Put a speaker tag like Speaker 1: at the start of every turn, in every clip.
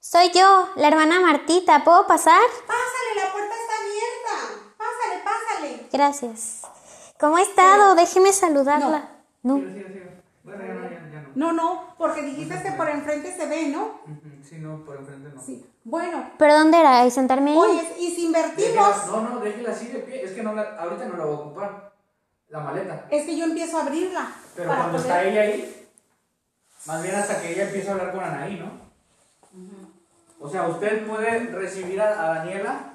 Speaker 1: soy yo, la hermana Martita. ¿Puedo pasar?
Speaker 2: Pásale, la puerta está abierta. Pásale, pásale.
Speaker 1: Gracias. ¿Cómo ha estado? Déjeme saludarla. No.
Speaker 3: Sí, sí, sí. Bueno, ya no, ya, ya no.
Speaker 2: No, no, porque dijiste que por enfrente se ve, ¿no?
Speaker 3: Ujú, Sí, no, por enfrente no.
Speaker 2: Sí. Bueno,
Speaker 1: ¿Pero dónde era? ¿Y sentarme ahí?
Speaker 2: oye, y si invertimos,
Speaker 3: Déjela- No, no, déjela así de pie. Es que no la- ahorita no la voy a ocupar. La maleta.
Speaker 2: es que yo empiezo a abrirla.
Speaker 3: Pero
Speaker 2: para
Speaker 3: cuando
Speaker 2: poder-
Speaker 3: está ella ahí, más bien hasta que ella empiece a hablar con Anaí, ¿no? O sea, usted puede recibir a, a Daniela.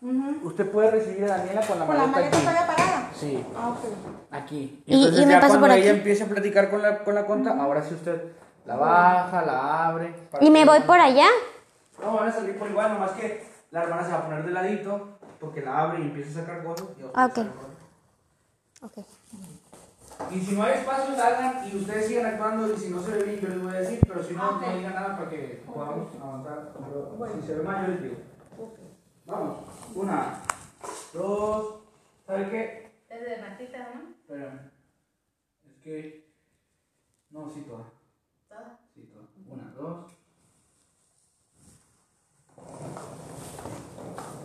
Speaker 2: Ujú.
Speaker 3: Usted puede recibir a Daniela con la
Speaker 2: Con la maleta
Speaker 3: aquí.
Speaker 2: todavía parada.
Speaker 3: Sí,
Speaker 2: Ah, ok.
Speaker 3: aquí.
Speaker 1: Y- y me
Speaker 3: ya
Speaker 1: paso por
Speaker 3: cuando
Speaker 1: aquí.
Speaker 3: ella empiece a platicar con la, con la cuenta, ahora sí usted la baja, la abre. para
Speaker 1: ¿Y
Speaker 3: que
Speaker 1: me
Speaker 3: ella-
Speaker 1: voy por allá?
Speaker 3: No, van a salir por igual, nomás que la hermana se va a poner de ladito porque la abre y empieza a sacar cosas. Y a usted
Speaker 1: Ah, ok.
Speaker 3: sale por-
Speaker 1: Ok.
Speaker 3: Y si no hay espacio, salgan y ustedes sigan actuando. Y si no se ve bien, yo les voy a decir. Pero si
Speaker 4: Ah,
Speaker 3: no, no digan nada para que podamos avanzar. Pero si se ve mal, yo les digo. Vamos. Una, dos. ¿Saben qué?
Speaker 4: Es de Martita, ¿no?
Speaker 3: Espérame. Es que. No, sí, toda. Sí, toda. Una, dos.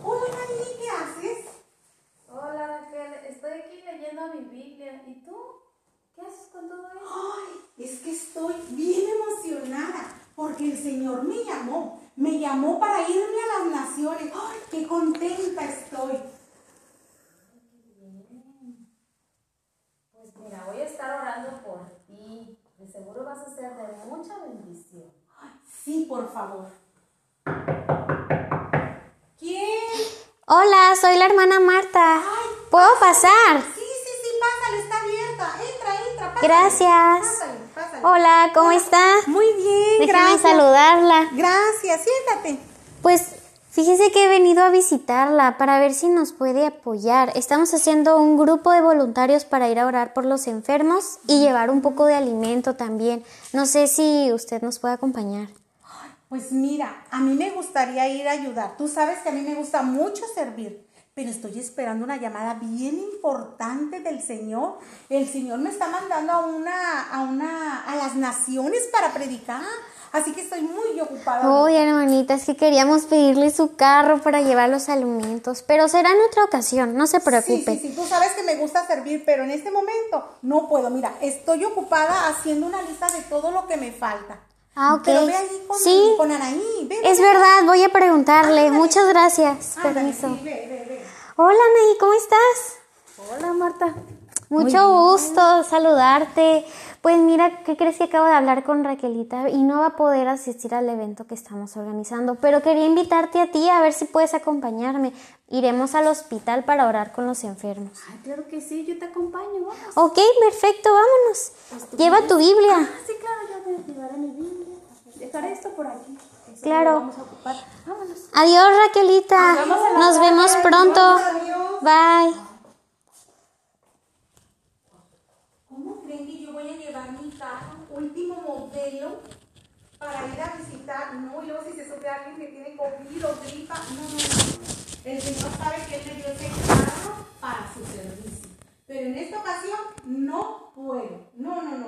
Speaker 2: Hola, Nani, ¿qué haces?
Speaker 4: Hola Raquel, estoy aquí leyendo mi Biblia. ¿Y tú? ¿Qué haces con todo eso?
Speaker 2: Ay, es que estoy bien emocionada porque el Señor me llamó. Me llamó para irme a las naciones. Ay, qué contenta estoy.
Speaker 4: Pues mira, voy a estar orando por ti. De seguro vas a ser de mucha bendición.
Speaker 2: Sí, por favor. ¿Quién?
Speaker 1: Hola, soy la hermana Marta.
Speaker 2: Ay.
Speaker 1: ¿Puedo pasar?
Speaker 2: Sí, sí, sí, pásale, está abierta. Entra, entra, pásale.
Speaker 1: Gracias.
Speaker 2: Pásale, pásale.
Speaker 1: Hola, ¿cómo está?
Speaker 2: Muy bien,
Speaker 1: Déjeme
Speaker 2: gracias.
Speaker 1: saludarla.
Speaker 2: Gracias, siéntate.
Speaker 1: Pues fíjese que he venido a visitarla para ver si nos puede apoyar. Estamos haciendo un grupo de voluntarios para ir a orar por los enfermos y llevar un poco de alimento también. No sé si usted nos puede acompañar.
Speaker 2: Pues mira, a mí me gustaría ir a ayudar. Tú sabes que a mí me gusta mucho servir, pero estoy esperando una llamada bien importante del Señor. El Señor me está mandando a una, a una, a las naciones para predicar. Así que estoy muy ocupada.
Speaker 1: Oye, hermanita, es que queríamos pedirle su carro para llevar los alimentos, pero será en otra ocasión, no se preocupe.
Speaker 2: Sí, sí, sí, tú sabes que me gusta servir, pero en este momento no puedo. Mira, estoy ocupada haciendo una lista de todo lo que me falta.
Speaker 1: Ah, ok.
Speaker 2: Pero ve ahí con,
Speaker 1: Sí.
Speaker 2: con Anaí. Ve, ve,
Speaker 1: Es
Speaker 2: ve.
Speaker 1: verdad, voy a preguntarle. Muchas gracias.
Speaker 2: Ándale,
Speaker 1: Permiso.
Speaker 2: sí, ve, ve, ve.
Speaker 1: Hola, Nay, ¿cómo estás?
Speaker 4: Hola Marta.
Speaker 1: Mucho gusto saludarte. Pues mira, ¿qué crees que acabo de hablar con Raquelita y no va a poder asistir al evento que estamos organizando? Pero quería invitarte a ti a ver si puedes acompañarme. Iremos al hospital para orar con los enfermos.
Speaker 4: Ay, claro que sí, yo te acompaño. Vamos.
Speaker 1: Ok, perfecto, vámonos. Lleva tu Biblia.
Speaker 4: Ah, sí, claro, yo te llevaré mi Biblia. Dejaré esto por aquí. Eso
Speaker 1: Claro.
Speaker 4: lo Vamos a ocupar. Vámonos.
Speaker 1: Adiós, Raquelita. Nos vemos pronto. Bye.
Speaker 2: ¿Cómo creen que yo voy a llevar mi carro último modelo para ir a visitar? No, y luego si se sube alguien que tiene COVID o gripa. No, no, no. El Señor sabe que Él me dio ese carro para su servicio. Pero en esta ocasión no puedo. No, no, no, no.